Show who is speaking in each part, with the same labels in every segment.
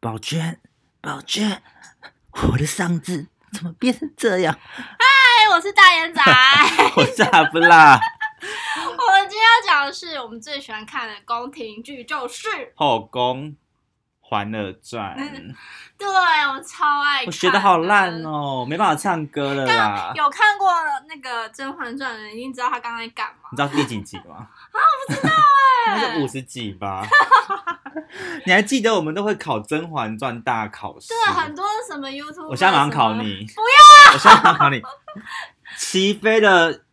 Speaker 1: 宝娟，宝娟，我的嗓子怎么变成这样？
Speaker 2: 嗨，我是大眼仔。
Speaker 1: 我咋不啦？
Speaker 2: 我们今天要讲的是我们最喜欢看的宫廷剧，就是
Speaker 1: 后宫《还了传》
Speaker 2: 嗯对我超爱看。
Speaker 1: 我学的好烂。哦，啊没办法唱歌了啦。
Speaker 2: 有看过那个《甄嬛传》的人，一定知道他刚才干嘛。
Speaker 1: 你知道第几集吗？
Speaker 2: 啊对哎
Speaker 1: 应该是五十几吧。 你还记得我们都会考《甄嬛传》大考试？
Speaker 2: 对，啊很多什么 YouTube，
Speaker 1: 我现在马上考
Speaker 2: 什么。
Speaker 1: 你， 不要！我现在马上考你。齐妃的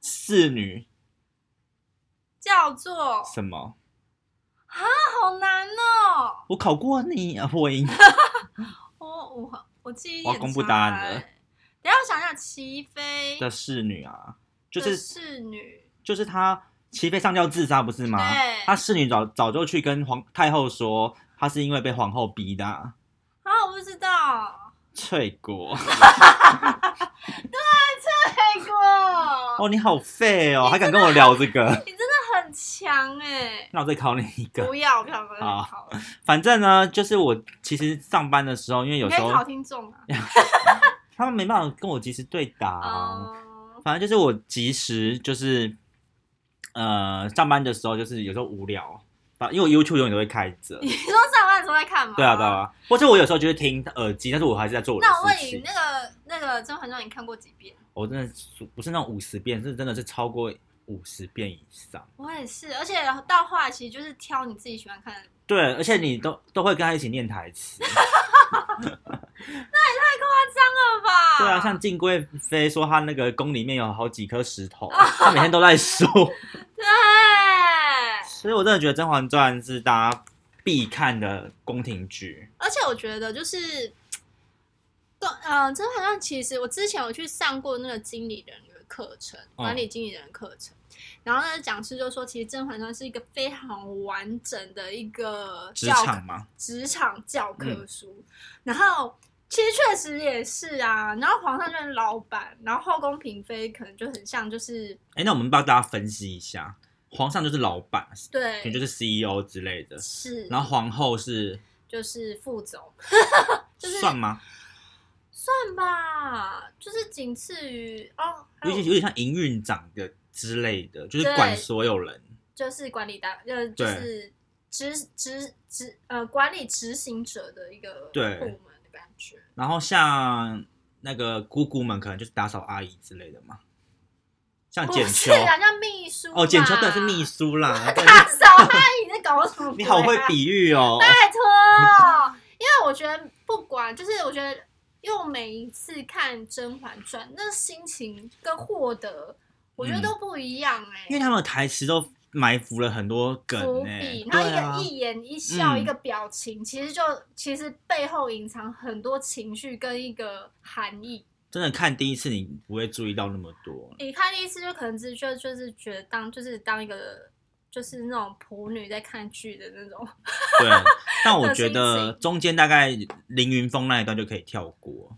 Speaker 1: 侍女
Speaker 2: 叫做
Speaker 1: 什么？
Speaker 2: 好难哦，
Speaker 1: 我考过你啊，我赢。
Speaker 2: 我我我记忆
Speaker 1: 我要
Speaker 2: 力
Speaker 1: 公
Speaker 2: 很
Speaker 1: 布
Speaker 2: 差
Speaker 1: 答案了
Speaker 2: 欸。等一下我想想，齐妃
Speaker 1: 的侍女啊，就
Speaker 2: 的
Speaker 1: 是
Speaker 2: 侍女，
Speaker 1: 就是她齐妃上吊自杀不是吗？
Speaker 2: 对
Speaker 1: 她侍女早早就去跟皇太后说，她是因为被皇后逼的啊。
Speaker 2: 啊，我不知道，
Speaker 1: 翠果，
Speaker 2: 泰国
Speaker 1: 哦，你好废哦，
Speaker 2: 你
Speaker 1: 还敢跟我聊这个？
Speaker 2: 很强哎，
Speaker 1: 那我再考你一个
Speaker 2: 不。要，我不想跟你
Speaker 1: 好
Speaker 2: 考了，
Speaker 1: 反正呢，就是我其实上班的时候，因为有
Speaker 2: 你
Speaker 1: 时
Speaker 2: 可以
Speaker 1: 候
Speaker 2: 考听众啊。
Speaker 1: 他们没办法跟我及时对答、啊哦
Speaker 2: 嗯，
Speaker 1: 反正就是我及时就是呃上班的时候，就是有时候无聊，反因为我 YouTube 永远都会开着
Speaker 2: 你。说上班的时候在看吗？
Speaker 1: 对啊，对。啊，或者我有时候就是听耳机，但是我还是在做我的
Speaker 2: 那我问
Speaker 1: 事
Speaker 2: 你，
Speaker 1: 情。
Speaker 2: 那个那个《甄嬛传》你看过几遍？
Speaker 1: 我真的是不是那种五十遍，是真的是超过五十遍以上。
Speaker 2: 我也是，而且到后来其实就是挑你自己喜欢看的。
Speaker 1: 对，而且你都 都会跟他一起念台词。
Speaker 2: 啊对吧？
Speaker 1: 对啊，像晋贵妃说她那个宫里面有好几颗石头，
Speaker 2: 啊
Speaker 1: 她每天都在 说。
Speaker 2: 对，
Speaker 1: 所以我真的觉得《甄嬛传》是大家必看的宫廷剧。
Speaker 2: 而且我觉得就是，对，嗯、呃，甄嬛传其实我之前有去上过那个经理人的课程，
Speaker 1: 嗯
Speaker 2: 管理经理人的课程，然后那个讲师就说，其实《甄嬛传》是一个非常完整的一个
Speaker 1: 职
Speaker 2: 教
Speaker 1: 场嘛，
Speaker 2: 职场教
Speaker 1: 嗯
Speaker 2: 科书，然后。其实确实也是啊，然后皇上就是老板，然后后宫嫔妃可能就很像，就是
Speaker 1: 哎，那我们帮大家分析一下，皇上就是老板，可
Speaker 2: 对，
Speaker 1: 能就是 CEO 之类的，
Speaker 2: 是，
Speaker 1: 然后皇后是
Speaker 2: 就是副总，就是
Speaker 1: 算吗？
Speaker 2: 算吧，就是仅次于哦，还
Speaker 1: 有
Speaker 2: 有
Speaker 1: 点有点像营运长的之类的，就是
Speaker 2: 对
Speaker 1: 管所有人。
Speaker 2: 就是管理大呃，就是执执执呃管理执行者的一个部
Speaker 1: 对
Speaker 2: 门的感觉。
Speaker 1: 然后像那个姑姑们，可能就是打扫阿姨之类的嘛，像
Speaker 2: 不
Speaker 1: 简
Speaker 2: 是
Speaker 1: 秋
Speaker 2: 啊，像秘书
Speaker 1: 哦，简秋
Speaker 2: 嘛
Speaker 1: 对是秘。书 啦，对
Speaker 2: 大嫂，阿姨你在搞什么鬼啊？
Speaker 1: 你好会比喻哦，
Speaker 2: 拜托，因为我觉得不管，就是我觉得，因为我每一次看《甄嬛传》，那心情跟获得，我觉得
Speaker 1: 嗯
Speaker 2: 都不一样哎、
Speaker 1: 因为他们的台词都埋伏了很多
Speaker 2: 伏
Speaker 1: 梗哎
Speaker 2: 笔，，然后
Speaker 1: 对
Speaker 2: 一个、
Speaker 1: 啊，
Speaker 2: 一言一笑、
Speaker 1: 嗯
Speaker 2: 一个表情，其实就其实背后隐藏很多情绪跟一个含义。
Speaker 1: 真的看第一次你不会注意到那么多，
Speaker 2: 你看第一次就可能只就就是觉得当就是当一个就是那种普女在看剧的那种，
Speaker 1: 对。但 我觉
Speaker 2: 心
Speaker 1: 得
Speaker 2: 情
Speaker 1: 中间大概凌云峰那一段就可以跳过，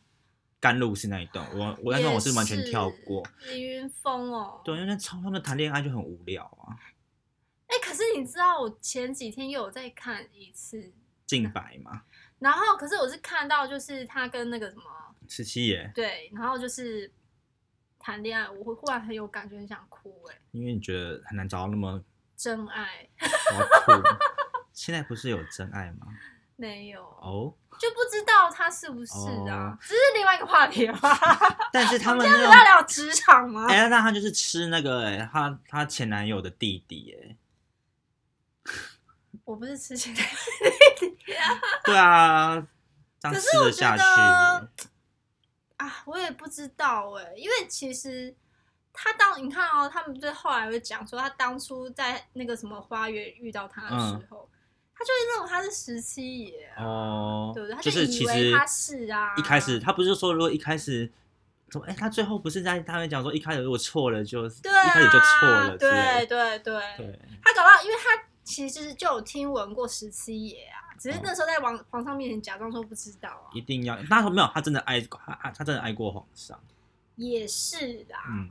Speaker 1: 甘露寺那一段，我我那段我是完全
Speaker 2: 也是
Speaker 1: 跳过。
Speaker 2: 凌云峰哦。
Speaker 1: 对，因为那超他们谈恋爱就很无聊啊，
Speaker 2: 哎、可是你知道我前几天又有在看一次，
Speaker 1: 近白嘛，
Speaker 2: 然后可是我是看到就是他跟那个什么
Speaker 1: 十七爷，
Speaker 2: 对，然后就是谈恋爱，我会忽然很有感觉，很想哭哎、
Speaker 1: 因为你觉得很难找到那么
Speaker 2: 真爱
Speaker 1: 我要哭。现在不是有真爱吗？
Speaker 2: 没有
Speaker 1: 哦，
Speaker 2: 就不知道他是不是啊
Speaker 1: 哦，
Speaker 2: 这是另外一个话题吧。
Speaker 1: 但是他们
Speaker 2: 不
Speaker 1: 那
Speaker 2: 要
Speaker 1: 种，
Speaker 2: 聊职场吗？
Speaker 1: 哎、那他就是吃那个、哎，他他前男友的弟弟、哎，
Speaker 2: 我不是吃前，
Speaker 1: 对啊，这样
Speaker 2: 可
Speaker 1: 吃
Speaker 2: 是
Speaker 1: 得
Speaker 2: 我觉
Speaker 1: 下
Speaker 2: 得
Speaker 1: 去？
Speaker 2: 啊，我也不知道哎、因为其实他当你看哦，他们就后来会讲说，他当初在那个什么花园遇到他的
Speaker 1: 嗯
Speaker 2: 时候，他就是认为他是十七爷啊，
Speaker 1: 哦，
Speaker 2: 对不对？他
Speaker 1: 就是
Speaker 2: 以
Speaker 1: 其
Speaker 2: 为
Speaker 1: 实
Speaker 2: 他是啊，
Speaker 1: 一开始他不是说如果一开始。怎么？哎、他最后不是在他们讲说，一开始如果错了就，
Speaker 2: 对啊，
Speaker 1: 一开始就错了之
Speaker 2: 对
Speaker 1: 类的，
Speaker 2: 对对，
Speaker 1: 对，
Speaker 2: 他搞到，因为他其实就有听闻过十七爷啊，只
Speaker 1: 嗯
Speaker 2: 是那时候在皇皇上面前假装说不知道啊，
Speaker 1: 一定要。那时候没有，他真的爱，他他真的爱过皇上，
Speaker 2: 也是啦。
Speaker 1: 嗯，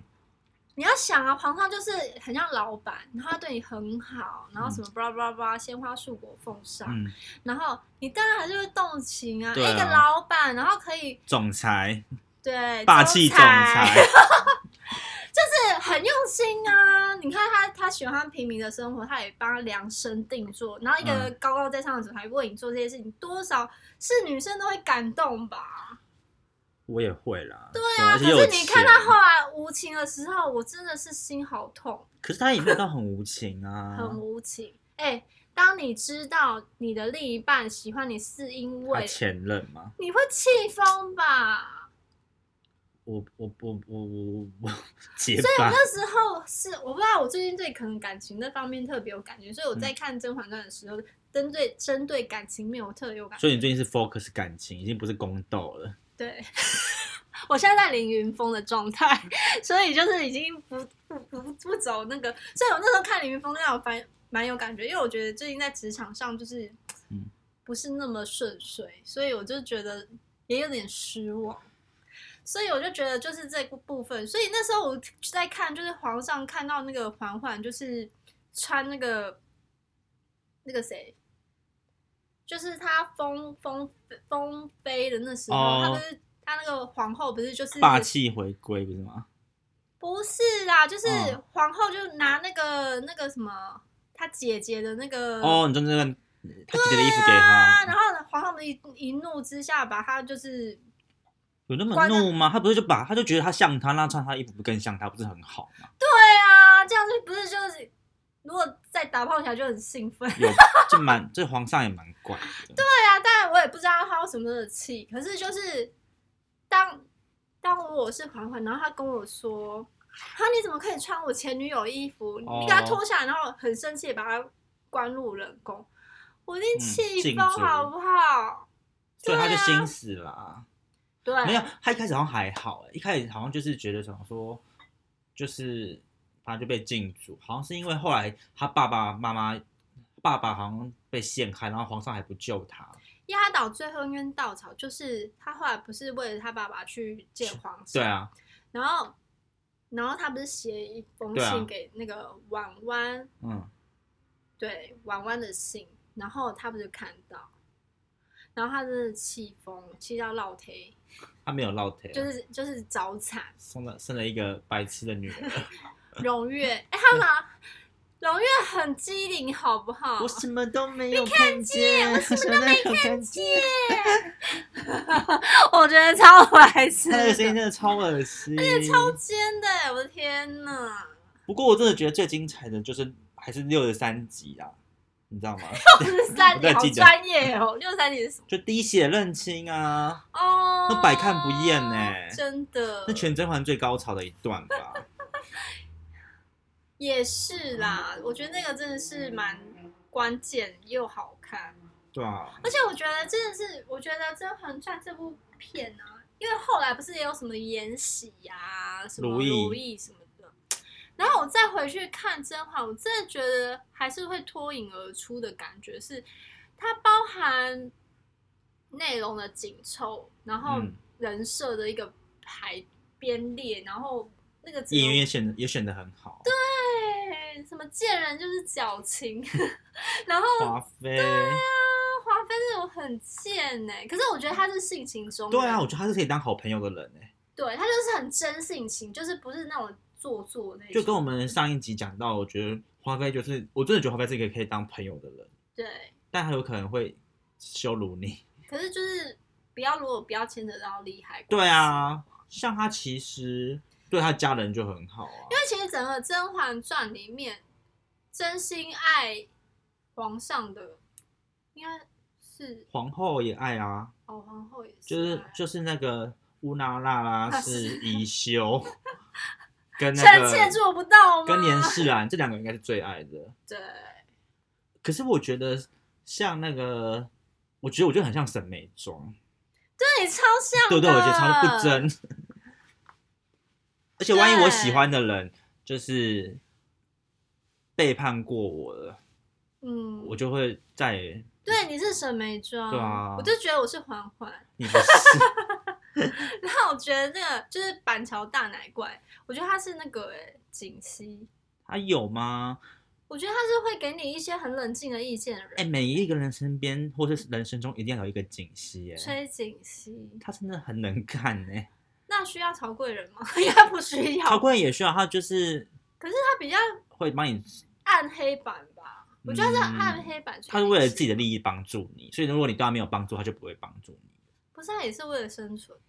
Speaker 2: 你要想啊，皇上就是很像老板，然后他对你很好，然后什么巴拉巴拉巴拉，鲜花束果奉上，
Speaker 1: 嗯，
Speaker 2: 然后你当然还是会动情啊，
Speaker 1: 对啊
Speaker 2: 一个老板，然后可以
Speaker 1: 总裁，
Speaker 2: 对
Speaker 1: 霸气总裁
Speaker 2: 裁，，就是很用心啊。你看他，他喜欢平民的生活，他也帮他量身定做，然后一个
Speaker 1: 嗯
Speaker 2: 高高在上的总裁为你做这些事情，多少是女生都会感动吧？
Speaker 1: 我也会啦。对
Speaker 2: 啊，
Speaker 1: 而
Speaker 2: 可
Speaker 1: 且又有
Speaker 2: 是你看
Speaker 1: 钱
Speaker 2: 他后来无情的时候，我真的是心好痛。
Speaker 1: 可是他也没有到很无情啊，
Speaker 2: 很无情。哎、当你知道你的另一半喜欢你是因
Speaker 1: 他
Speaker 2: 为
Speaker 1: 前任嘛，
Speaker 2: 你会气疯吧？
Speaker 1: 我我我我我我结
Speaker 2: 所以我
Speaker 1: 巴，
Speaker 2: 那时候是我不知道，我最近对可能感情那方面特别有感觉，所以我
Speaker 1: 嗯
Speaker 2: 在看《甄嬛传》的时候，针对针对感情面我特别有感觉。
Speaker 1: 所以你最近是 focus 感情，已经不是宫斗了。
Speaker 2: 对，我现在在凌云峰的状态， 所以就是已经不不不不走那个，所以我那时候看凌云峰那样，我反蛮有感觉，因为我觉得最近在职场上就是
Speaker 1: 嗯
Speaker 2: 不是那么顺遂，所以我就觉得也有点失望。所以我就觉得就是这个部分，所以那时候我在看，就是皇上看到那个嬛嬛，就是穿那个那个谁，就是他封封封妃的那时候，
Speaker 1: 哦
Speaker 2: 他不是他那个皇后不是就是
Speaker 1: 霸气回归不是吗？
Speaker 2: 不是啦，就是
Speaker 1: 嗯
Speaker 2: 皇后就拿那个那个什么她姐姐的那个
Speaker 1: 哦，你中间那个他寄的衣服给他，
Speaker 2: 啊，然后呢皇后一一怒之下把她就是
Speaker 1: 有那么
Speaker 2: 关了
Speaker 1: 怒吗？他不是就把他就觉得他像他，那穿他衣服不更像他，不是很好吗？
Speaker 2: 对啊，这样就不是就是如果再打炮起来就很兴奋。
Speaker 1: 有这蛮这皇上也蛮怪的，对，
Speaker 2: 对啊，但我也不知道他为什么的气，可是就是当当我是嬛嬛，然后他跟我说，他你怎么可以穿我前女友衣服？你
Speaker 1: 哦
Speaker 2: 给他脱下来，然后很生气地把他关入冷宫，我一定气
Speaker 1: 嗯禁
Speaker 2: 疯
Speaker 1: 足
Speaker 2: 好不好？
Speaker 1: 所以他就心死了啊、
Speaker 2: 对，
Speaker 1: 没有，他一开始好像还好、欸一开始好像就是觉得想说，就是他就被禁足，好像是因为后来他爸爸妈妈，爸爸好像被陷害，然后皇上还不救他，
Speaker 2: 压倒最后一根稻草就是他后来不是为了他爸爸去见皇上，
Speaker 1: 对啊，
Speaker 2: 然后然后他不是写一封
Speaker 1: 对啊
Speaker 2: 信给那个婉婉。
Speaker 1: 嗯，
Speaker 2: 对婉婉的信，然后他不是看到，然后他真的气疯，气到落腿，
Speaker 1: 他没有落腿、啊，
Speaker 2: 就是就是早产。
Speaker 1: 生了生了一个白痴的女儿，
Speaker 2: 荣月，哎、他拿荣月很机灵，好不好？
Speaker 1: 我什么都没有看见， 我什么都没看见，
Speaker 2: 我觉得超白痴
Speaker 1: 他那个声音
Speaker 2: 的，
Speaker 1: 真的超恶心，
Speaker 2: 超尖的，欸我的 天呐！
Speaker 1: 不过我真的觉得最精彩的就是还是六十三集啦，你知道 吗？
Speaker 2: 就是三
Speaker 1: 我
Speaker 2: 点，
Speaker 1: 在
Speaker 2: 好
Speaker 1: 记得
Speaker 2: 专业哦。六三点是什么？
Speaker 1: 就滴血认亲啊，
Speaker 2: 哦，
Speaker 1: 那百看不厌欸
Speaker 2: 真的。
Speaker 1: 那全甄嬛最高潮的一段吧。
Speaker 2: 也是啦，我觉得那个真的是蛮关键又好看。
Speaker 1: 对 啊，
Speaker 2: 而且我觉得真的是，我觉得《甄嬛传》这部片啊，因为后来不是也有什么延禧啊、什么
Speaker 1: 如懿
Speaker 2: 如懿什么的，然后我再回去看《甄嬛》，我真的觉得还是会脱颖而出的感觉是，它包含内容的紧凑，然后
Speaker 1: 嗯
Speaker 2: 人设的一个排编列，然后那个整个
Speaker 1: 演员也选的也选的很好，
Speaker 2: 对什么贱人就是矫情，然后
Speaker 1: 华妃，
Speaker 2: 啊，华妃这种很贱呢、可是我觉得他是性情中人，
Speaker 1: 对啊，我觉得他是可以当好朋友的人哎、
Speaker 2: 对他就是很真性情，就是不是那种做作那种。
Speaker 1: 就跟我们上一集讲到，我觉得华妃就是，我真的觉得华妃是一个可以当朋友的人，
Speaker 2: 对，
Speaker 1: 但他有可能会羞辱你。
Speaker 2: 可是就是不要如果不要牵扯到利害，
Speaker 1: 对，啊，像他其实对他家人就很好啊
Speaker 2: 因，为其实整个《甄嬛传》里面，真心爱皇上的应该是
Speaker 1: 皇后也爱啊，
Speaker 2: 哦，皇后也是啊，啊
Speaker 1: 就是就是那个乌拉那拉是宜 修，跟那
Speaker 2: 臣妾
Speaker 1: 个
Speaker 2: 做不到吗？
Speaker 1: 跟年世兰这两个应该是最爱的。
Speaker 2: 对，
Speaker 1: 可是我觉得像那个，我觉得我觉得很像沈眉庄，
Speaker 2: 对，超像
Speaker 1: 对
Speaker 2: 的，
Speaker 1: 不对？我觉得超不真。 而且万一我喜欢的人就是背叛过我了，
Speaker 2: 嗯，
Speaker 1: 我就会再也
Speaker 2: 对，你是沈眉庄，
Speaker 1: 对啊
Speaker 2: 我就觉得我是嬛嬛。
Speaker 1: 你不是。
Speaker 2: 然后我觉得这个就是板桥大奶怪，我觉得它是那个哎锦溪，
Speaker 1: 他啊有吗？
Speaker 2: 我觉得他是会给你一些很冷静的意见的
Speaker 1: 哎、
Speaker 2: 人。
Speaker 1: 每一个人身边或是人生中一定要有一个锦溪耶，
Speaker 2: 崔锦溪，
Speaker 1: 他真的很能干哎。
Speaker 2: 那需要曹贵人吗？ 应该不需要
Speaker 1: 曹。贵人也需要他，就是
Speaker 2: 可是他比较
Speaker 1: 会帮你，
Speaker 2: 暗黑版吧，我觉得他是暗黑版。
Speaker 1: 嗯他是为了自己的利益帮助你，所以如果你对他没有帮助，他就不会帮助你。
Speaker 2: 不是，他也是为了生存。
Speaker 1: 哦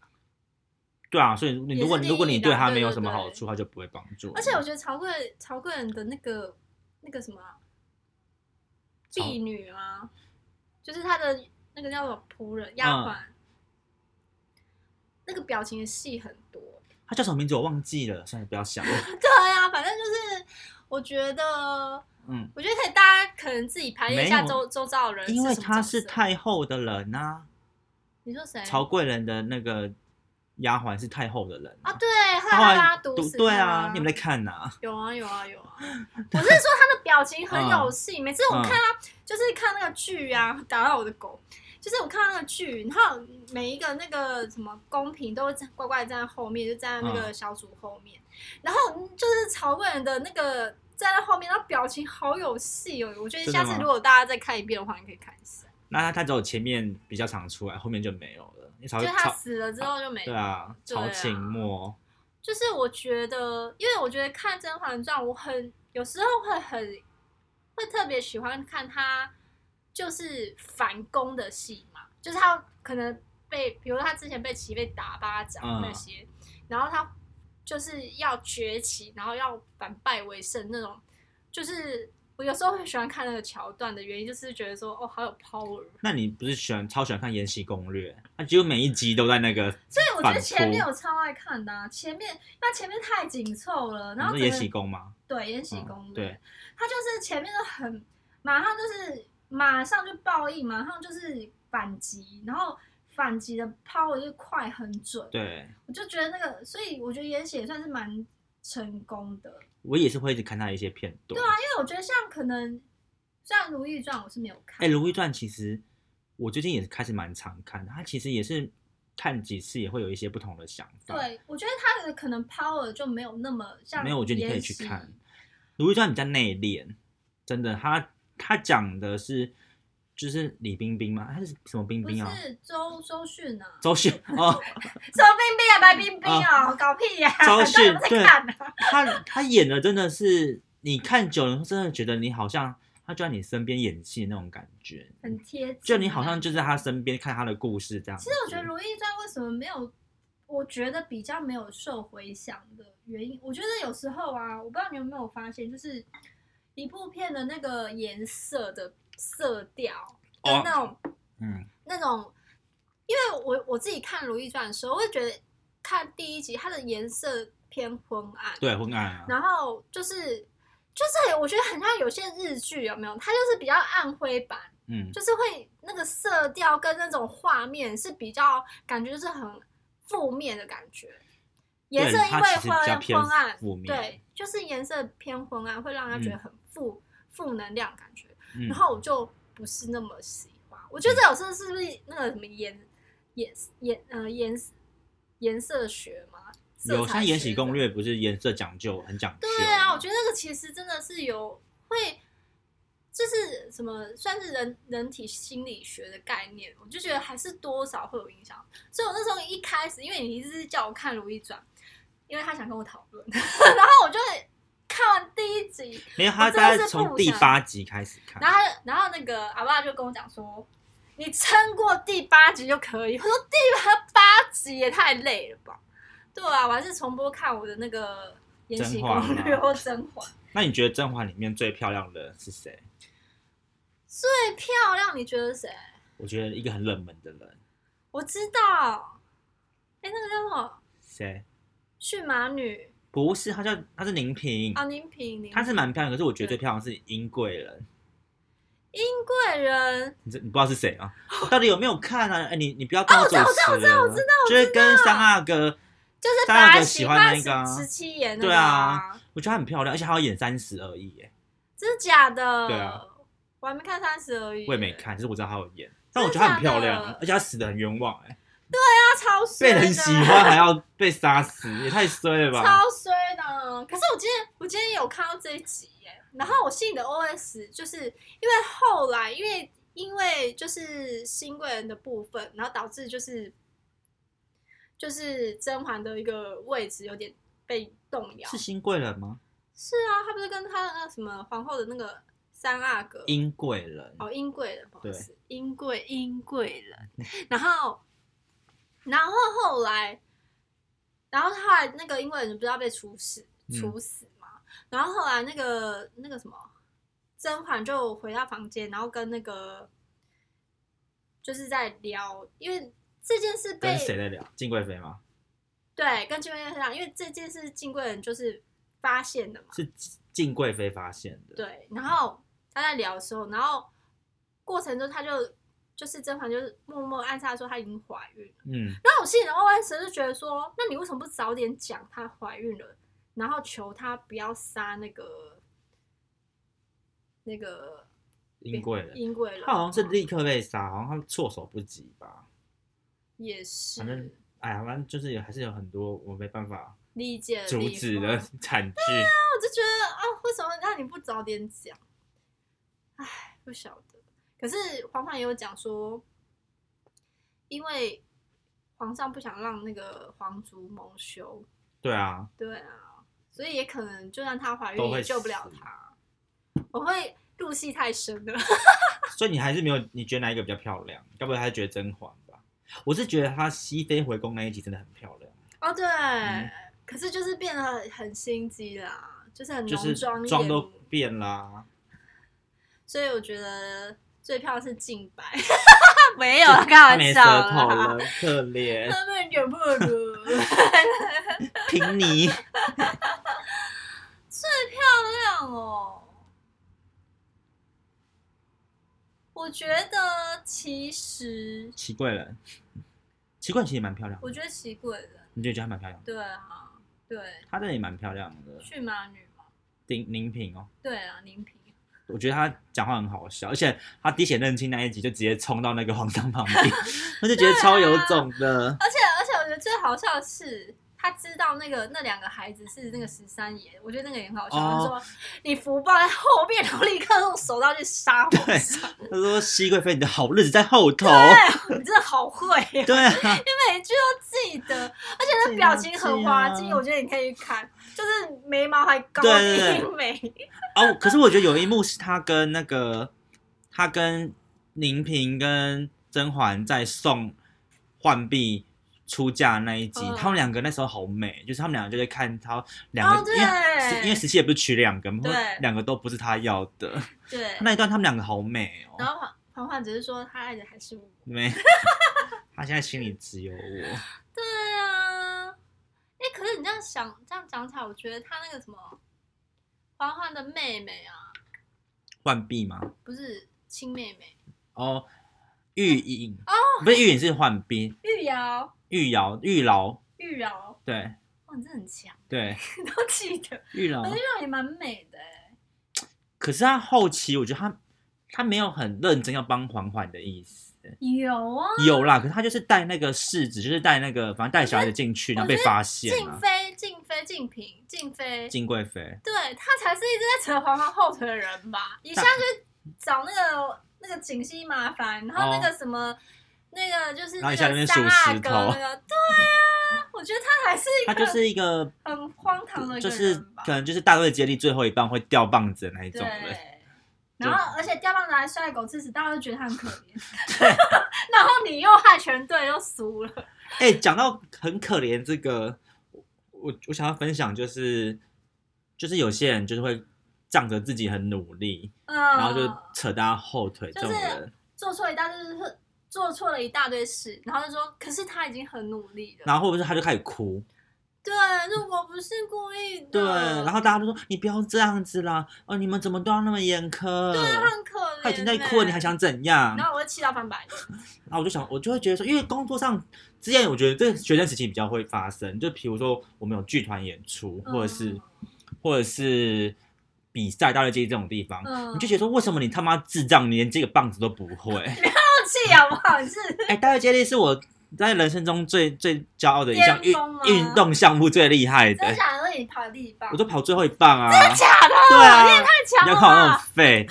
Speaker 1: 对啊，所以你如果
Speaker 2: 也是利益
Speaker 1: 如果你对他没有
Speaker 2: 啦对对
Speaker 1: 什么
Speaker 2: 对
Speaker 1: 好处，他就不会帮助你。
Speaker 2: 而且我觉得曹贵曹贵人的那个那个什么啊
Speaker 1: 曹
Speaker 2: 婢女啊，就是他的那个叫什么
Speaker 1: 嗯
Speaker 2: 仆人丫鬟，那个表情的戏很多。
Speaker 1: 他叫什么名字我忘记了，算了，不要想了。
Speaker 2: 对呀、反正就是我觉得，
Speaker 1: 嗯，
Speaker 2: 我觉得可以，大家可能自己排列一下
Speaker 1: 没有
Speaker 2: 周周遭的人什
Speaker 1: 因
Speaker 2: 么角色，
Speaker 1: 为他是太后的人啊，
Speaker 2: 你说谁？
Speaker 1: 曹贵人的那个丫鬟是太后的人
Speaker 2: 啊，对，后
Speaker 1: 他后
Speaker 2: 来他
Speaker 1: 来
Speaker 2: 把他毒死
Speaker 1: 对
Speaker 2: 他
Speaker 1: 啊，你们在看呐、
Speaker 2: 有啊有啊 有啊！我是说他的表情很
Speaker 1: 嗯
Speaker 2: 有戏，每次我看他就是看那个剧啊，打到我的狗。就是我看到那个剧，然后每一个那个什么公平都在乖乖地站在后面，就站在那
Speaker 1: 嗯
Speaker 2: 个小组后面。然后就是曹贵人的那个站在后面，他表情好有戏哦。我觉得
Speaker 1: 真的
Speaker 2: 下
Speaker 1: 吗
Speaker 2: 次如果大家再看一遍的话，你可以看一下。
Speaker 1: 那他他只有前面比较常出来，后面就没有了。因为曹
Speaker 2: 就是他
Speaker 1: 曹
Speaker 2: 死了之后就没
Speaker 1: 对啊，
Speaker 2: 对啊
Speaker 1: 曹琴墨，
Speaker 2: 就是我觉得，因为我觉得看《甄嬛传》，我很有时候会很会特别喜欢看他就是反攻的戏嘛，就是他可能被，比如他之前被齐被打巴掌
Speaker 1: 嗯
Speaker 2: 那些，然后他就是要崛起，然后要反败为胜那种，就是我有时候会喜欢看那个桥段的原因，就是觉得说哦，好有 power。
Speaker 1: 那你不是喜欢超喜欢看《延禧攻略》？他几乎每一集都在那个，
Speaker 2: 所以我觉得
Speaker 1: 反
Speaker 2: 前面
Speaker 1: 扑
Speaker 2: 我超爱看的、啊，前面那前面太紧凑了，
Speaker 1: 你
Speaker 2: 然后
Speaker 1: 说
Speaker 2: 整
Speaker 1: 延
Speaker 2: 个
Speaker 1: 禧宫吗？
Speaker 2: 对《延禧
Speaker 1: 嗯
Speaker 2: 攻略》
Speaker 1: 对，
Speaker 2: 他就是前面都很马上就是马上就报应，马上就是反击，然后反击的抛的就快很准，
Speaker 1: 对，
Speaker 2: 我就觉得那个，所以我觉得《延禧》也算是蛮成功的，因
Speaker 1: 我也是会一直看他的一些片段。对啊，
Speaker 2: 为我觉得像可能像《如懿传》我是没有
Speaker 1: 哎，
Speaker 2: 看，
Speaker 1: 《如懿传》其实我最近也开始蛮常看的，他其实也是看几次也会有一些不同的想法。，
Speaker 2: 对我觉得他的可能 power 就没有那么像
Speaker 1: 没有，我觉得你可以
Speaker 2: 延
Speaker 1: 去
Speaker 2: 禧
Speaker 1: 看《如懿传》比较内敛，真的，他他讲的是就是李冰冰吗？他是什么冰
Speaker 2: 不
Speaker 1: 冰啊？
Speaker 2: 是周周迅啊，
Speaker 1: 周迅哦，
Speaker 2: 周冰冰啊，白冰冰啊，搞屁呀、
Speaker 1: 周
Speaker 2: 大家
Speaker 1: 迅
Speaker 2: 都在
Speaker 1: 对
Speaker 2: 看啊
Speaker 1: 他他演的真的是，你看久了真的觉得你好像他就在你身边演戏那种感觉，
Speaker 2: 很贴近啊，
Speaker 1: 就你好像就在他身边看他的故事这样。
Speaker 2: 其实我觉得《如懿传》为什么没有，我觉得比较没有受回响的原因，我觉得有时候啊，我不知道你有没有发现，就是一部片的那个颜色的色调跟
Speaker 1: 哦
Speaker 2: 那种、
Speaker 1: 嗯，
Speaker 2: 那种，因为我我自己看《如懿传》的时候，我会觉得看第一集它的颜色偏昏暗，
Speaker 1: 对，昏暗啊，
Speaker 2: 然后就是就是我觉得很像有些日剧有没有，它就是比较暗灰版。
Speaker 1: 嗯，
Speaker 2: 就是会那个色调跟那种画面是比较感觉就是很负面的感觉，颜色
Speaker 1: 对
Speaker 2: 因
Speaker 1: 它
Speaker 2: 为
Speaker 1: 其实比较
Speaker 2: 会
Speaker 1: 偏
Speaker 2: 昏暗，
Speaker 1: 负面
Speaker 2: 对，就是颜色偏昏暗，会让人家觉得很负、负能量感觉，
Speaker 1: 嗯
Speaker 2: 然后我就不是那么喜欢。我觉得这有时候是不是那个什么颜颜颜呃颜颜色学嘛？
Speaker 1: 有
Speaker 2: 色
Speaker 1: 像
Speaker 2: 彩
Speaker 1: 《延禧
Speaker 2: 学的
Speaker 1: 攻略》不是颜色讲究很讲究，
Speaker 2: 对啊，我觉得那个其实真的是有会，就是什么算是人人体心理学的概念，我就觉得还是多少会有影响。所以我那时候一开始，因为你一直叫我看《如懿传》，因为他想跟我讨论，然后我就看完第一集，
Speaker 1: 没有他
Speaker 2: 我真的
Speaker 1: 大概
Speaker 2: 是
Speaker 1: 从
Speaker 2: 不
Speaker 1: 第
Speaker 2: 想
Speaker 1: 八集开始看
Speaker 2: 然，后他然后那个阿爸就跟我讲说。你撑过第八集就可以。我说第八八集也太累了吧？对啊，我还是重播看我的那个《延禧
Speaker 1: 甄
Speaker 2: 攻
Speaker 1: 嬛
Speaker 2: 略》
Speaker 1: 吗
Speaker 2: 或《甄嬛》。
Speaker 1: 那你觉得《甄嬛》里面最漂亮的是谁？
Speaker 2: 最漂亮，你觉得谁？
Speaker 1: 我觉得一个很冷门的人，
Speaker 2: 我知道，哎、那个叫什么
Speaker 1: 谁？
Speaker 2: 驯马女
Speaker 1: 不是，他叫他是宁嫔，
Speaker 2: 啊，宁嫔，宁
Speaker 1: 嗯她是蛮漂亮，可是我觉得
Speaker 2: 对
Speaker 1: 最漂亮是殷贵人。
Speaker 2: 英贵人，
Speaker 1: 你这你不知道是谁 啊？到底有没有看啊？哎、你你不要当主持人、
Speaker 2: 哦我知道我知道我知道
Speaker 1: 就是跟三阿哥，
Speaker 2: 就是
Speaker 1: 大家
Speaker 2: 八
Speaker 1: 都
Speaker 2: 喜
Speaker 1: 喜欢那个啊
Speaker 2: 十七演那
Speaker 1: 对
Speaker 2: 个、
Speaker 1: 啊，我觉得她很漂亮，而且她要演三十而已，哎，
Speaker 2: 真的假的？
Speaker 1: 对啊，
Speaker 2: 我还没看三十而已，
Speaker 1: 我也没。看，只是我知道她有演，但
Speaker 2: 真的
Speaker 1: 我觉得她很漂
Speaker 2: 假
Speaker 1: 亮
Speaker 2: 的，
Speaker 1: 而且她死的很冤枉，哎，
Speaker 2: 他超衰
Speaker 1: 被
Speaker 2: 的，啊
Speaker 1: 人喜欢还要被杀死，也太衰了吧！
Speaker 2: 超衰的。啊可是我今天我今天有看到这一集耶，然后我心里的 OS 就是因为后来因为因为就是新贵人的部分，然后导致就是就是甄嬛的一个位置有点被动摇。
Speaker 1: 是新贵人吗？
Speaker 2: 是啊，他不是跟他的那个什么皇后的那个三阿哥
Speaker 1: 英贵人，
Speaker 2: 哦，英贵人，不好意
Speaker 1: 对
Speaker 2: 思，英贵英贵人。 然后，然后后来，然后后来那个英贵人不是要被处死
Speaker 1: 嗯
Speaker 2: 处死嘛？然后后来那个那个什么甄嬛就回到房间，然后跟那个就是在聊，因为这件事被
Speaker 1: 跟谁在聊？敬贵妃吗？
Speaker 2: 对跟金贵人讲，因为这件事金贵人就是发现的嘛。
Speaker 1: 是敬贵妃发现的。
Speaker 2: 对，然后他在聊的时候，然后过程中他就就是甄嬛就是默默暗示她说她已经怀孕了。
Speaker 1: 嗯，
Speaker 2: 那我心里的 OS 就觉得说，那你为什么不早点讲她怀孕了，然后求她不要杀那个那个
Speaker 1: 英贵人，
Speaker 2: 英贵人？
Speaker 1: 他好像是立刻被杀，好像他措手不及吧。
Speaker 2: 也是，
Speaker 1: 反正哎呀，反正就是有还是有很多我没办法
Speaker 2: 理解的
Speaker 1: 阻
Speaker 2: 地
Speaker 1: 止
Speaker 2: 方
Speaker 1: 的惨剧。
Speaker 2: 我就觉得啊，为什么让你不早点讲？唉，不晓得。可是嬛嬛也有讲说，因为皇上不想让那个皇族蒙羞，
Speaker 1: 对啊，
Speaker 2: 对啊，所以也可能就算她怀
Speaker 1: 都
Speaker 2: 孕
Speaker 1: 会
Speaker 2: 也救不了
Speaker 1: 死
Speaker 2: 她。我会入戏太深了，
Speaker 1: 所以你还是没有，你觉得哪一个比较漂亮？该不会还是觉得甄嬛吧？我是觉得她熹妃回宫那一集真的很漂亮，
Speaker 2: 哦对，
Speaker 1: 嗯
Speaker 2: 可是就是变得很心机啦，就是很
Speaker 1: 就是
Speaker 2: 浓妆艳
Speaker 1: 妆都
Speaker 2: 抹，
Speaker 1: 变啦。
Speaker 2: 所以我觉得最漂亮是静 白，没有啦，开
Speaker 1: 她
Speaker 2: 玩
Speaker 1: 没
Speaker 2: 笑
Speaker 1: 舌头
Speaker 2: 啦。
Speaker 1: 了，可怜，
Speaker 2: 他们忍不 住。
Speaker 1: 凭你。
Speaker 2: 亮哦，我觉得其实，
Speaker 1: 祺贵人，祺贵人其实也蛮漂亮的
Speaker 2: 我，觉得奇怪的，
Speaker 1: 你就觉得她蛮漂亮的，
Speaker 2: 对啊，对，
Speaker 1: 她真的也蛮漂亮的。
Speaker 2: 驯马女嘛，
Speaker 1: 丁宁嫔哦，
Speaker 2: 对啊，宁嫔，
Speaker 1: 我觉得她讲话很好笑，而且她滴血认亲那一集就直接冲到那个皇上旁 边，我就觉得超有种的。
Speaker 2: 而且而且我觉得最好笑的是。他知道那个那两个孩子是那个十三爷，我觉得那个也很好笑。
Speaker 1: 哦
Speaker 2: 他说：“你福报在后面，然后立刻用手刀去杀皇上，
Speaker 1: 她说：“熹贵妃，你的好日子在后头。
Speaker 2: 你真的好会哦、”
Speaker 1: 对啊，
Speaker 2: 每一句都记 得，啊而且那表情很滑
Speaker 1: 这
Speaker 2: 稽，
Speaker 1: 样
Speaker 2: 我觉得你可以看，就是眉毛还高
Speaker 1: 对对
Speaker 2: 低眉，
Speaker 1: 哦，可是我觉得有一幕是她跟那个，她跟宁嫔跟甄嬛在送浣碧出嫁那一集，
Speaker 2: 嗯
Speaker 1: 他们两个那时候好美，就是他们两个就在看她两
Speaker 2: 哦
Speaker 1: 个，因为
Speaker 2: 对，
Speaker 1: 因为十七也不是娶两个嘛，
Speaker 2: 对
Speaker 1: 两个都不是她要的。
Speaker 2: 对，
Speaker 1: 那一段他们两个好美哦，
Speaker 2: 然后嬛嬛嬛只是说她爱的还是我，
Speaker 1: 没， 他现在心里只有我。
Speaker 2: 对啊，哎、可是你这样想这样讲起来，我觉得她那个什么嬛嬛的妹妹啊，
Speaker 1: 浣碧吗？
Speaker 2: 不是亲妹妹
Speaker 1: 哦，玉影哦，不是玉影是浣碧，
Speaker 2: 玉瑶
Speaker 1: 玉瑶玉娆，
Speaker 2: 玉瑶，
Speaker 1: 对
Speaker 2: 哇，你真的很强，
Speaker 1: 对，
Speaker 2: 你都记得，
Speaker 1: 玉
Speaker 2: 我觉得
Speaker 1: 娆
Speaker 2: 玉。瑶也蛮美的、欸，
Speaker 1: 可是他后期我觉得他他没有很认真要帮嬛嬛的意思。
Speaker 2: 有啊，
Speaker 1: 有啦，可是他就是带那个世子，就是带那个，反正带小孩子进去，然后被发现
Speaker 2: 静
Speaker 1: 啊。
Speaker 2: 妃静妃静嫔静妃。
Speaker 1: 金贵妃，
Speaker 2: 对他才是一直在扯黄黄后腿的人吧？一下就找那个那个锦溪麻烦，然后那个什么、那个就是
Speaker 1: 哦然后
Speaker 2: 那
Speaker 1: 一下在那
Speaker 2: 个
Speaker 1: 边
Speaker 2: 三
Speaker 1: 数
Speaker 2: 阿
Speaker 1: 石
Speaker 2: 哥
Speaker 1: 头
Speaker 2: 那个，对啊，我觉得他还是一
Speaker 1: 他
Speaker 2: 个
Speaker 1: 就是一个，
Speaker 2: 很荒唐的一
Speaker 1: 就
Speaker 2: 个
Speaker 1: 是
Speaker 2: 人吧？
Speaker 1: 可能就是大队接力最后一棒会掉棒子的那一种人。
Speaker 2: 对。然后，而且掉棒子还摔狗吃屎，大家都觉得他很 可怜。然后你又害全队又输了。
Speaker 1: 哎、讲到很可怜这个，我我想要分享就是，就是有些人就是会仗着自己很努力，
Speaker 2: 嗯，
Speaker 1: 然后就扯大家后腿，这
Speaker 2: 就是
Speaker 1: 种人，
Speaker 2: 做错一大堆，就是做错了一大堆事，然后就说，可是他已经很努力了。
Speaker 1: 然后或者是他就开始哭，
Speaker 2: 对，就我不是故意的。
Speaker 1: 对，
Speaker 2: 嗯
Speaker 1: 然后大家都说你不要这样子啦，哦，你们怎么都要那么严苛？
Speaker 2: 对啊，很可怜、欸。
Speaker 1: 他已经在哭了，你还？想怎样？
Speaker 2: 然后我会气到翻白眼。
Speaker 1: 然后我就想，我就会觉得说，因为工作上之前，我觉得这个学生时期比较会发生，就比如说我们有剧团演出，或者是、
Speaker 2: 嗯
Speaker 1: 或者是比赛、大队接力这种地方，
Speaker 2: 嗯
Speaker 1: 你就觉得说，为什么你他妈智障，你连这个棒子都不会？
Speaker 2: 放气好不好？你是
Speaker 1: 哎、大队接力是我在人生中最最骄傲的一项运
Speaker 2: 巅峰吗啊
Speaker 1: 运动项目最厉害的
Speaker 2: 真，假的？你跑第一棒
Speaker 1: 我，都跑最后一棒啊！
Speaker 2: 假的？
Speaker 1: 对啊
Speaker 2: 你也太强
Speaker 1: 你要
Speaker 2: 了
Speaker 1: 考那种
Speaker 2: 吧！
Speaker 1: 废，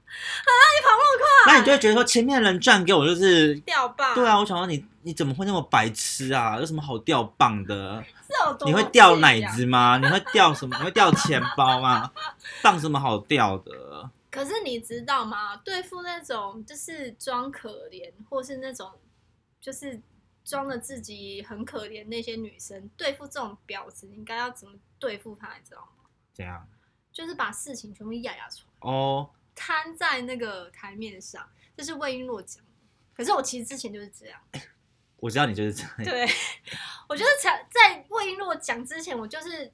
Speaker 2: 你跑那么快，
Speaker 1: 那你就会觉得说前面的人转给我就是，
Speaker 2: 掉棒，
Speaker 1: 对，啊，我想说你你怎么会那么白痴啊？有什么好掉棒的？
Speaker 2: 是有多
Speaker 1: 你会掉
Speaker 2: 这
Speaker 1: 奶
Speaker 2: 样
Speaker 1: 子吗？你会掉什么？你会掉钱包吗？棒什么好掉的？
Speaker 2: 可是你知道吗？对付那种就是装可怜，或是那种就是装的自己很可怜那些女生，对付这种婊子，你应该要怎么对付她？你知道吗？
Speaker 1: 怎样？
Speaker 2: 就是把事情全部压压出来，
Speaker 1: 哦，
Speaker 2: 摊在那个台面上。这是魏璎珞讲的。可是我其实之前就是这样，
Speaker 1: 我知道你就是这样。
Speaker 2: 对我就是曾在魏璎珞讲之前，我就是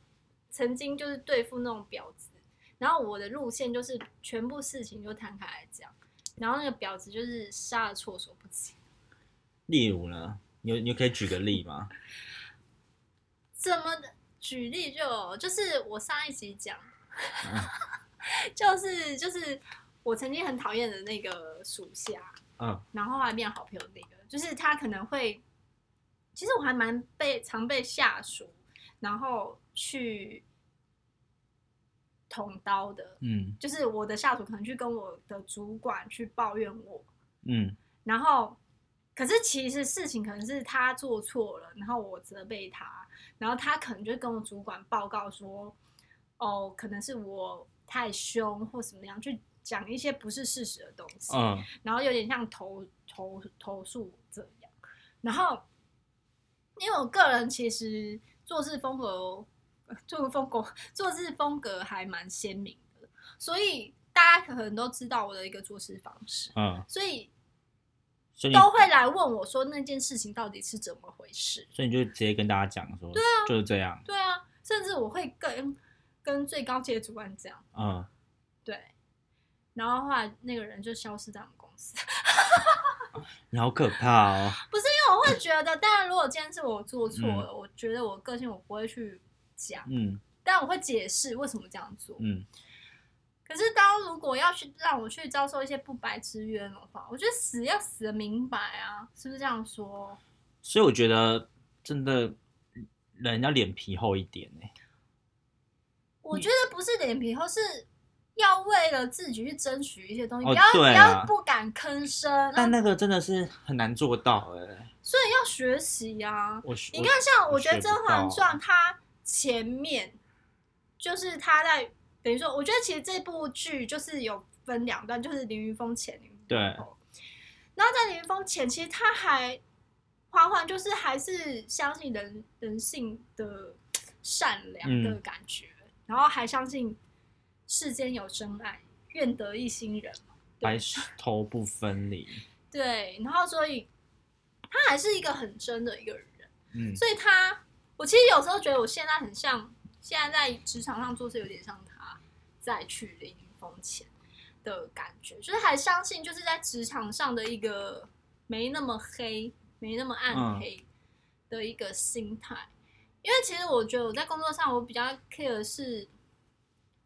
Speaker 2: 曾经就是对付那种婊子，然后我的路线就是全部事情就摊开来讲，然后那个婊子就是杀的措手不及。
Speaker 1: 例如呢，你有你可以举个例吗？
Speaker 2: 怎么的举例就有就是我上一集讲
Speaker 1: 嗯，
Speaker 2: 就是就是我曾经很讨厌的那个属下，
Speaker 1: 嗯，
Speaker 2: 然后还变好朋友那个，就是他可能会，其实我还蛮被常被下属，然后去捅刀的，
Speaker 1: 嗯
Speaker 2: 就是我的下属可能去跟我的主管去抱怨我，
Speaker 1: 嗯
Speaker 2: 然后可是其实事情可能是他做错了，然后我责备他，然后他可能就跟我主管报告说，哦，可能是我太凶或怎么样，去讲一些不是事实的东西。
Speaker 1: 嗯
Speaker 2: 然后有点像投投投诉这样。然后，因为我个人其实做事风格、呃做事风格、做事风格还蛮鲜明的，所以大家可能都知道我的一个做事方式，
Speaker 1: 嗯，
Speaker 2: 所以
Speaker 1: 所以你
Speaker 2: 都会来问我说那件事情到底是怎么回事。
Speaker 1: 所以你就直接跟大家讲说，对啊，就是这样。
Speaker 2: 对啊，甚至我会跟跟最高级的主管讲，
Speaker 1: 嗯，
Speaker 2: 对。然后后来那个人就消失在我们公司。
Speaker 1: 你好可怕哦。
Speaker 2: 不是因为我会觉得，当然如果今天是我做错了，我觉得我个性我不会去讲，
Speaker 1: 嗯
Speaker 2: 但我会解释为什么这样做。
Speaker 1: 嗯
Speaker 2: 可是当如果要去让我去遭受一些不白之冤的话，我觉得死要死的明白啊，是不是这样说？
Speaker 1: 所以我觉得真的人要脸皮厚一点哎、嗯
Speaker 2: 我觉得不是脸皮厚，是要为了自己去争取一些东西，
Speaker 1: 哦
Speaker 2: 不要、
Speaker 1: 对
Speaker 2: 不
Speaker 1: 啊
Speaker 2: 要不敢吭声，
Speaker 1: 但
Speaker 2: 啊
Speaker 1: 那个真的是很难做到哎、
Speaker 2: 所以要学习啊。
Speaker 1: 我
Speaker 2: 你看，像
Speaker 1: 我
Speaker 2: 我觉得
Speaker 1: 学
Speaker 2: 《
Speaker 1: 不
Speaker 2: 甄嬛
Speaker 1: 到啊
Speaker 2: 传》，它前面就是他在等于说，我觉得其实这部剧就是有分两段，就是凌云峰前，凌云峰
Speaker 1: 对
Speaker 2: 后。然后在凌云峰前，其实他还嬛嬛就是还是相信人人性的善良的
Speaker 1: 嗯
Speaker 2: 感觉，然后还相信世间有真爱，愿得一心人。
Speaker 1: 白 头不分离。
Speaker 2: 对，然后所以他还是一个很真的一个人。
Speaker 1: 嗯，
Speaker 2: 所以他，我其实有时候觉得我现在很像，现在在职场上做事有点像他在去零风前的感觉，就是还相信就是在职场上的一个没那么黑、没那么暗黑的一个心态。因为其实我觉得我在工作上我比较 care 的是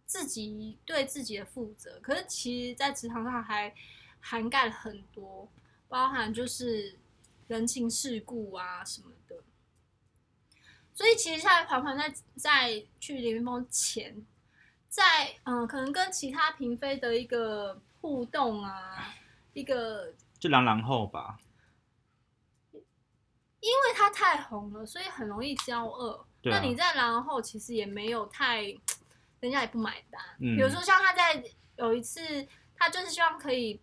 Speaker 2: 自己对自己的负责，可是其实，在职场上还涵盖了很多，包含就是人情世故啊什么的。所以其实在嬛嬛在在去凌云峰前，在嗯可能跟其他嫔妃的一个互动啊，一个
Speaker 1: 就狼狼后吧。
Speaker 2: 因为她太红了，所以很容易骄傲。
Speaker 1: 对啊
Speaker 2: 那你在然后其实也没有太，人家也不买单。
Speaker 1: 嗯
Speaker 2: 比如说像她在有一次，她就是希望可以。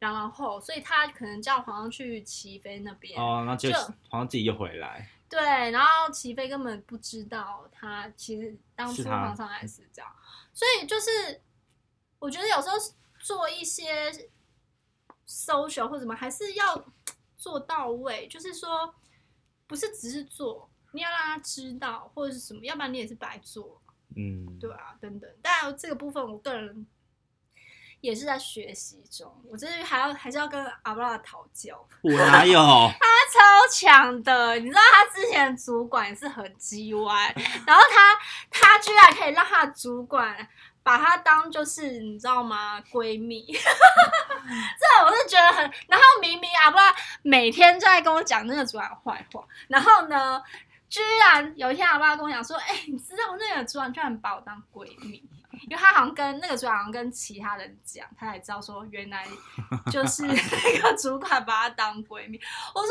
Speaker 2: 然后，所以她可能叫皇上去齐妃那边，
Speaker 1: 哦，然后就
Speaker 2: 就
Speaker 1: 好像自己又回来。
Speaker 2: 对，然后齐飞根本不知道他其实当初
Speaker 1: 是他
Speaker 2: 皇上来是这样，所以就是我觉得有时候做一些 social 或什么，还是要做到位，就是说不是只是做，你要让他知道或者是什么，要不然你也是白做，
Speaker 1: 嗯，
Speaker 2: 对啊，等等。当然这个部分我个人也是在学习中，我就是还要还是要跟阿布拉讨教。
Speaker 1: 我哪有？
Speaker 2: 他超强的，你知道他之前的主管也是很鸡歪，然后他他居然可以让他的主管把她当就是你知道吗闺蜜， 这我是觉得很。然后明啊明阿布拉每天就在跟我讲那个主管坏话，然后呢，居然有一天阿布拉跟我讲说，哎、你知道那个主管居然把我当闺蜜，因为他好像跟那个主管好像跟其他人讲，他才知道说原来就是 那个主管把她当闺蜜。我说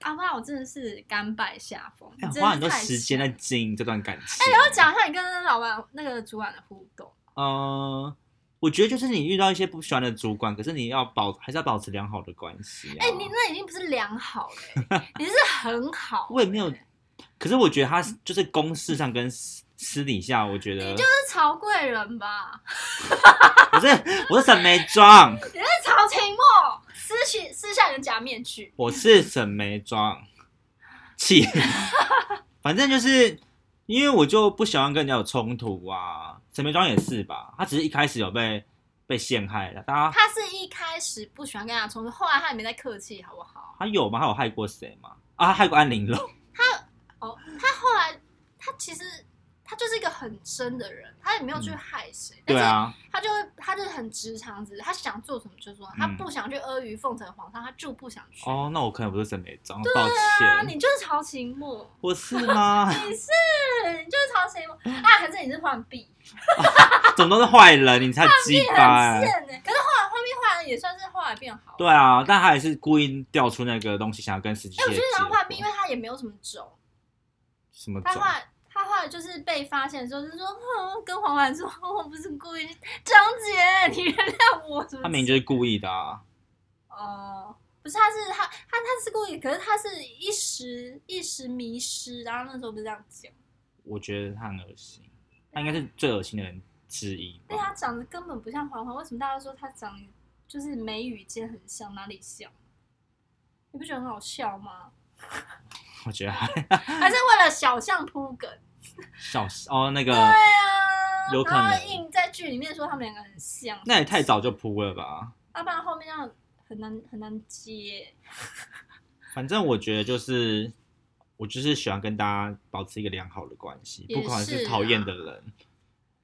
Speaker 2: 阿布拉，我真的是甘拜下风，你
Speaker 1: 哎
Speaker 2: 真的
Speaker 1: 花
Speaker 2: 是
Speaker 1: 很多
Speaker 2: 太
Speaker 1: 时间
Speaker 2: 瞎
Speaker 1: 在经营这段感情。
Speaker 2: 要讲一下你跟那老板那个主管的互动。
Speaker 1: 呃，我觉得就是你遇到一些不喜欢的主管，可是你要保还是要保持良好的关系、啊。
Speaker 2: 哎、你那已经不是良好了、欸，你是很好、
Speaker 1: 我也没有
Speaker 2: 欸，
Speaker 1: 可是我觉得他就是公事上跟私私底下，我觉得
Speaker 2: 你是曹贵人吧？
Speaker 1: 我是我是沈眉庄，
Speaker 2: 你是曹琴墨，私下私下人假面具。
Speaker 1: 我是沈眉庄， 气，反正就是因为我就不喜欢跟人家有冲突啊。沈眉庄也是吧，他只是一开始有被被陷害了，大家
Speaker 2: 他是一开始不喜欢跟他冲突，后来他也没再客气，好不好？
Speaker 1: 他有吗？他有害过谁吗？啊，他害过安陵容。
Speaker 2: 嗯哦，他后来他其实他就是一个很真的人，他也没有去害谁，
Speaker 1: 嗯对
Speaker 2: 但是
Speaker 1: 啊，
Speaker 2: 他就会他就是很直肠子，他想做什么就做什么，他
Speaker 1: 嗯
Speaker 2: 不想去阿谀奉承皇上，他就不想去。
Speaker 1: 哦，那我可能不是沈眉庄，
Speaker 2: 对
Speaker 1: 抱
Speaker 2: 啊，
Speaker 1: 歉，
Speaker 2: 你就是曹琴墨。
Speaker 1: 我是吗？
Speaker 2: 你是，你就是曹琴墨啊？还是你是浣碧？
Speaker 1: 怎么都是坏人，你才鸡
Speaker 2: 很
Speaker 1: 巴、
Speaker 2: 贱
Speaker 1: 欸。
Speaker 2: 呢、可是后来浣碧坏人也算是后来变好。
Speaker 1: 对，啊，但他也是故意调出那个东西，想要跟十七姐
Speaker 2: 哎、我觉
Speaker 1: 结
Speaker 2: 得然后浣碧，因
Speaker 1: 婚。
Speaker 2: 为他也没有什么种，
Speaker 1: 什么
Speaker 2: 他后
Speaker 1: 种？
Speaker 2: 来他后来就是被发现的时候，就说，哼，跟黄婉说，我不是故意，张姐，你原谅我，什么？
Speaker 1: 他明明就是故意的
Speaker 2: 嗯
Speaker 1: 啊！
Speaker 2: 哦、不是，他是他他他是故意，可是他是一时一时迷失，然后那时候不是这样讲，
Speaker 1: 我觉得他很恶心，他应该是最恶心的人之一
Speaker 2: 因为
Speaker 1: 吧。
Speaker 2: 他长得根本不像黄黄，为什么大家说他长得就是眉宇间很像？哪里像？你不觉得很好 笑吗？
Speaker 1: 我觉得还
Speaker 2: 还是为了小象铺梗？
Speaker 1: 笑死哦，那个
Speaker 2: 对啊，
Speaker 1: 有可能
Speaker 2: 然后硬在剧里面说他们两个很像，
Speaker 1: 那也太早就扑了吧。
Speaker 2: 要不然后面这样很难很难接。
Speaker 1: 嗯反正我觉得就是我就是喜欢跟大家保持一个良好的关系，
Speaker 2: 也
Speaker 1: 不管
Speaker 2: 是
Speaker 1: 是
Speaker 2: 啊
Speaker 1: 讨厌的人，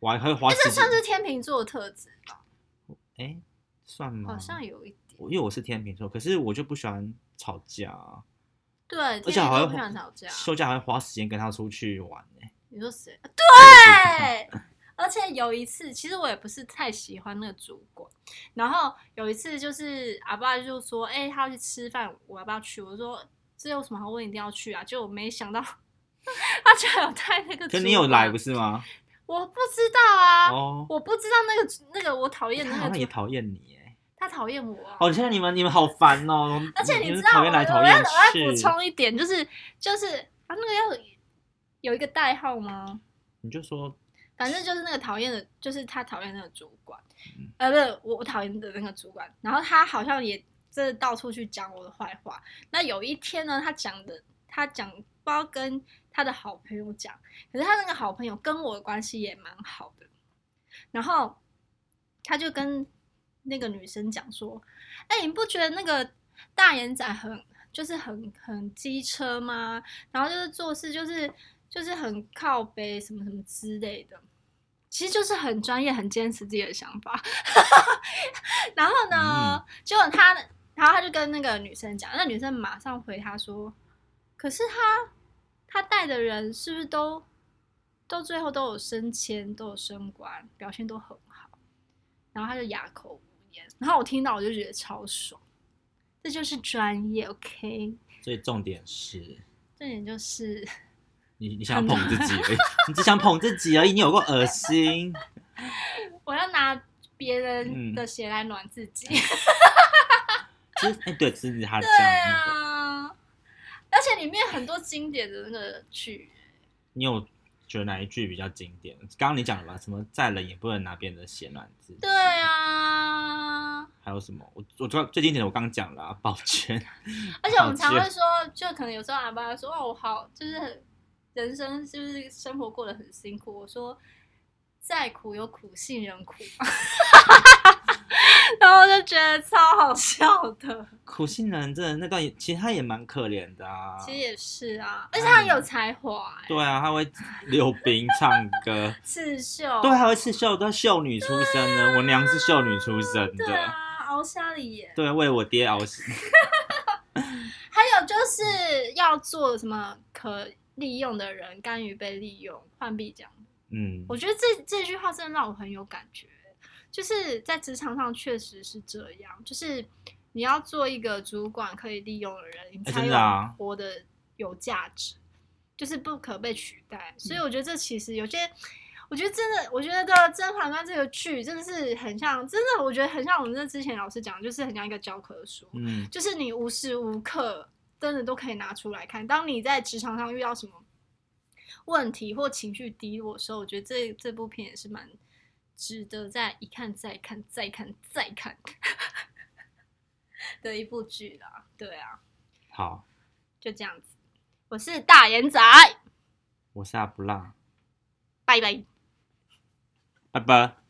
Speaker 1: 我还会花
Speaker 2: 这
Speaker 1: 时间
Speaker 2: 算。是天秤座的特质吧？
Speaker 1: 哎，算吗？
Speaker 2: 好像有一点。
Speaker 1: 我因为我是天秤座，可是我就不喜欢吵架啊、
Speaker 2: 对，而
Speaker 1: 且好像
Speaker 2: 不想吵架。
Speaker 1: 休假还会花时间跟他出去玩、欸，
Speaker 2: 你说谁？
Speaker 1: 对，
Speaker 2: 对， 而且有一次，其实我也不是太喜欢那个主管。然后有一次，就是阿爸就说：“哎、他要去吃饭，我要不要去？”我说：“这有什么好问？一定要去啊！”结果没想到他居然有带那个。
Speaker 1: 可你有来不？是吗？
Speaker 2: 我不知道啊。
Speaker 1: 哦，
Speaker 2: 我不知道那个那个我讨厌的
Speaker 1: 他
Speaker 2: 那
Speaker 1: 好
Speaker 2: 个
Speaker 1: 像也
Speaker 2: 主，
Speaker 1: 讨厌你哎。
Speaker 2: 他讨厌我啊、
Speaker 1: 哦，现在你们你们好烦哦！
Speaker 2: 而且
Speaker 1: 你
Speaker 2: 你
Speaker 1: 们
Speaker 2: 知
Speaker 1: 是
Speaker 2: 道
Speaker 1: 讨
Speaker 2: 我
Speaker 1: 厌来
Speaker 2: 我
Speaker 1: 讨
Speaker 2: 要我要补
Speaker 1: 厌去，
Speaker 2: 充一点，就是就是他、啊、那个要有一个代号吗？
Speaker 1: 你就说
Speaker 2: 反正就是那个讨厌的，就是他讨厌那个主管，呃，不是我我讨厌的那个主管。然后他好像也真的到处去讲我的坏话。那有一天呢，他讲的他讲不知道跟他的好朋友讲，可是他那个好朋友跟我的关系也蛮好的。然后他就跟那个女生讲说：“哎、你不觉得那个大眼仔很就是很很机车吗？然后就是做事就是就是很靠背什么什么之类的，其实就是很专业、很坚持自己的想法。 然后呢，结果他，然后他就跟那个女生讲，那女生马上回他说：“可是他他带的人是不是都都最后都有升迁、都有升官，表现都很好？”然后他就哑口无言。然后我听到我就觉得超爽，这就是专业，OK。
Speaker 1: 所以重点是
Speaker 2: 重点就是，
Speaker 1: 你你想捧自己而已，你只想捧自己而已，你有够恶心。
Speaker 2: 我要拿别人
Speaker 1: 嗯
Speaker 2: 的血来暖自己。
Speaker 1: 其实哎，对，其实哎他这
Speaker 2: 对
Speaker 1: 样，
Speaker 2: 啊，而且里面很多经典的那个剧，
Speaker 1: 你有觉得哪一句比较经典？刚刚你讲了吧？什么再冷也不能拿别人的血暖自己。
Speaker 2: 对啊，
Speaker 1: 还有什么？我我最最经典的我刚刚讲了、啊，抱歉。
Speaker 2: 而且我
Speaker 1: 好
Speaker 2: 们常
Speaker 1: 贱
Speaker 2: 会说，就可能有时候阿爸说：“哦，我好，就是很人生就是生活过得很 辛苦。”我说：“再苦有苦杏仁苦。”然后我就觉得超好笑的。
Speaker 1: 苦杏仁真的那段也，其实他也蛮可怜的啊。
Speaker 2: 其实也是啊，而且他很
Speaker 1: 嗯
Speaker 2: 有才华、欸，
Speaker 1: 对啊，他会溜冰、唱 歌，
Speaker 2: 刺绣，
Speaker 1: 对，还会刺绣，他秀女出身的。我娘是秀女出身
Speaker 2: 啊对
Speaker 1: 的，
Speaker 2: 啊，熬虾里耶。
Speaker 1: 对，为我爹熬死。
Speaker 2: 还有就是要做什么可利用的人，甘于被利用，浣碧讲的。
Speaker 1: 嗯，
Speaker 2: 我觉得这这句话真的让我很有感觉，就是在职场上确实是这样，就是你要做一个主管可以利用的人，你
Speaker 1: 哎
Speaker 2: 才
Speaker 1: 真
Speaker 2: 有
Speaker 1: 的啊
Speaker 2: 活得有价值，就是不可被取代。所以
Speaker 1: 嗯
Speaker 2: 我觉得这其实有些，我觉得真的，我觉得那个《甄嬛传》这个剧真的是很像，真的我觉得很像我们这之前老师讲的，就是很像一个教科书，
Speaker 1: 嗯，
Speaker 2: 就是你无时无刻真的都可以拿出来看。当你在职场上遇到什么问题或情绪低落的时候，我觉得这这部片也是蛮值得再一看再看再看再看的一部剧啦。对啊，
Speaker 1: 好，
Speaker 2: 就这样子。我是大眼仔，
Speaker 1: 我下不辣，
Speaker 2: 拜拜。
Speaker 1: 拜拜。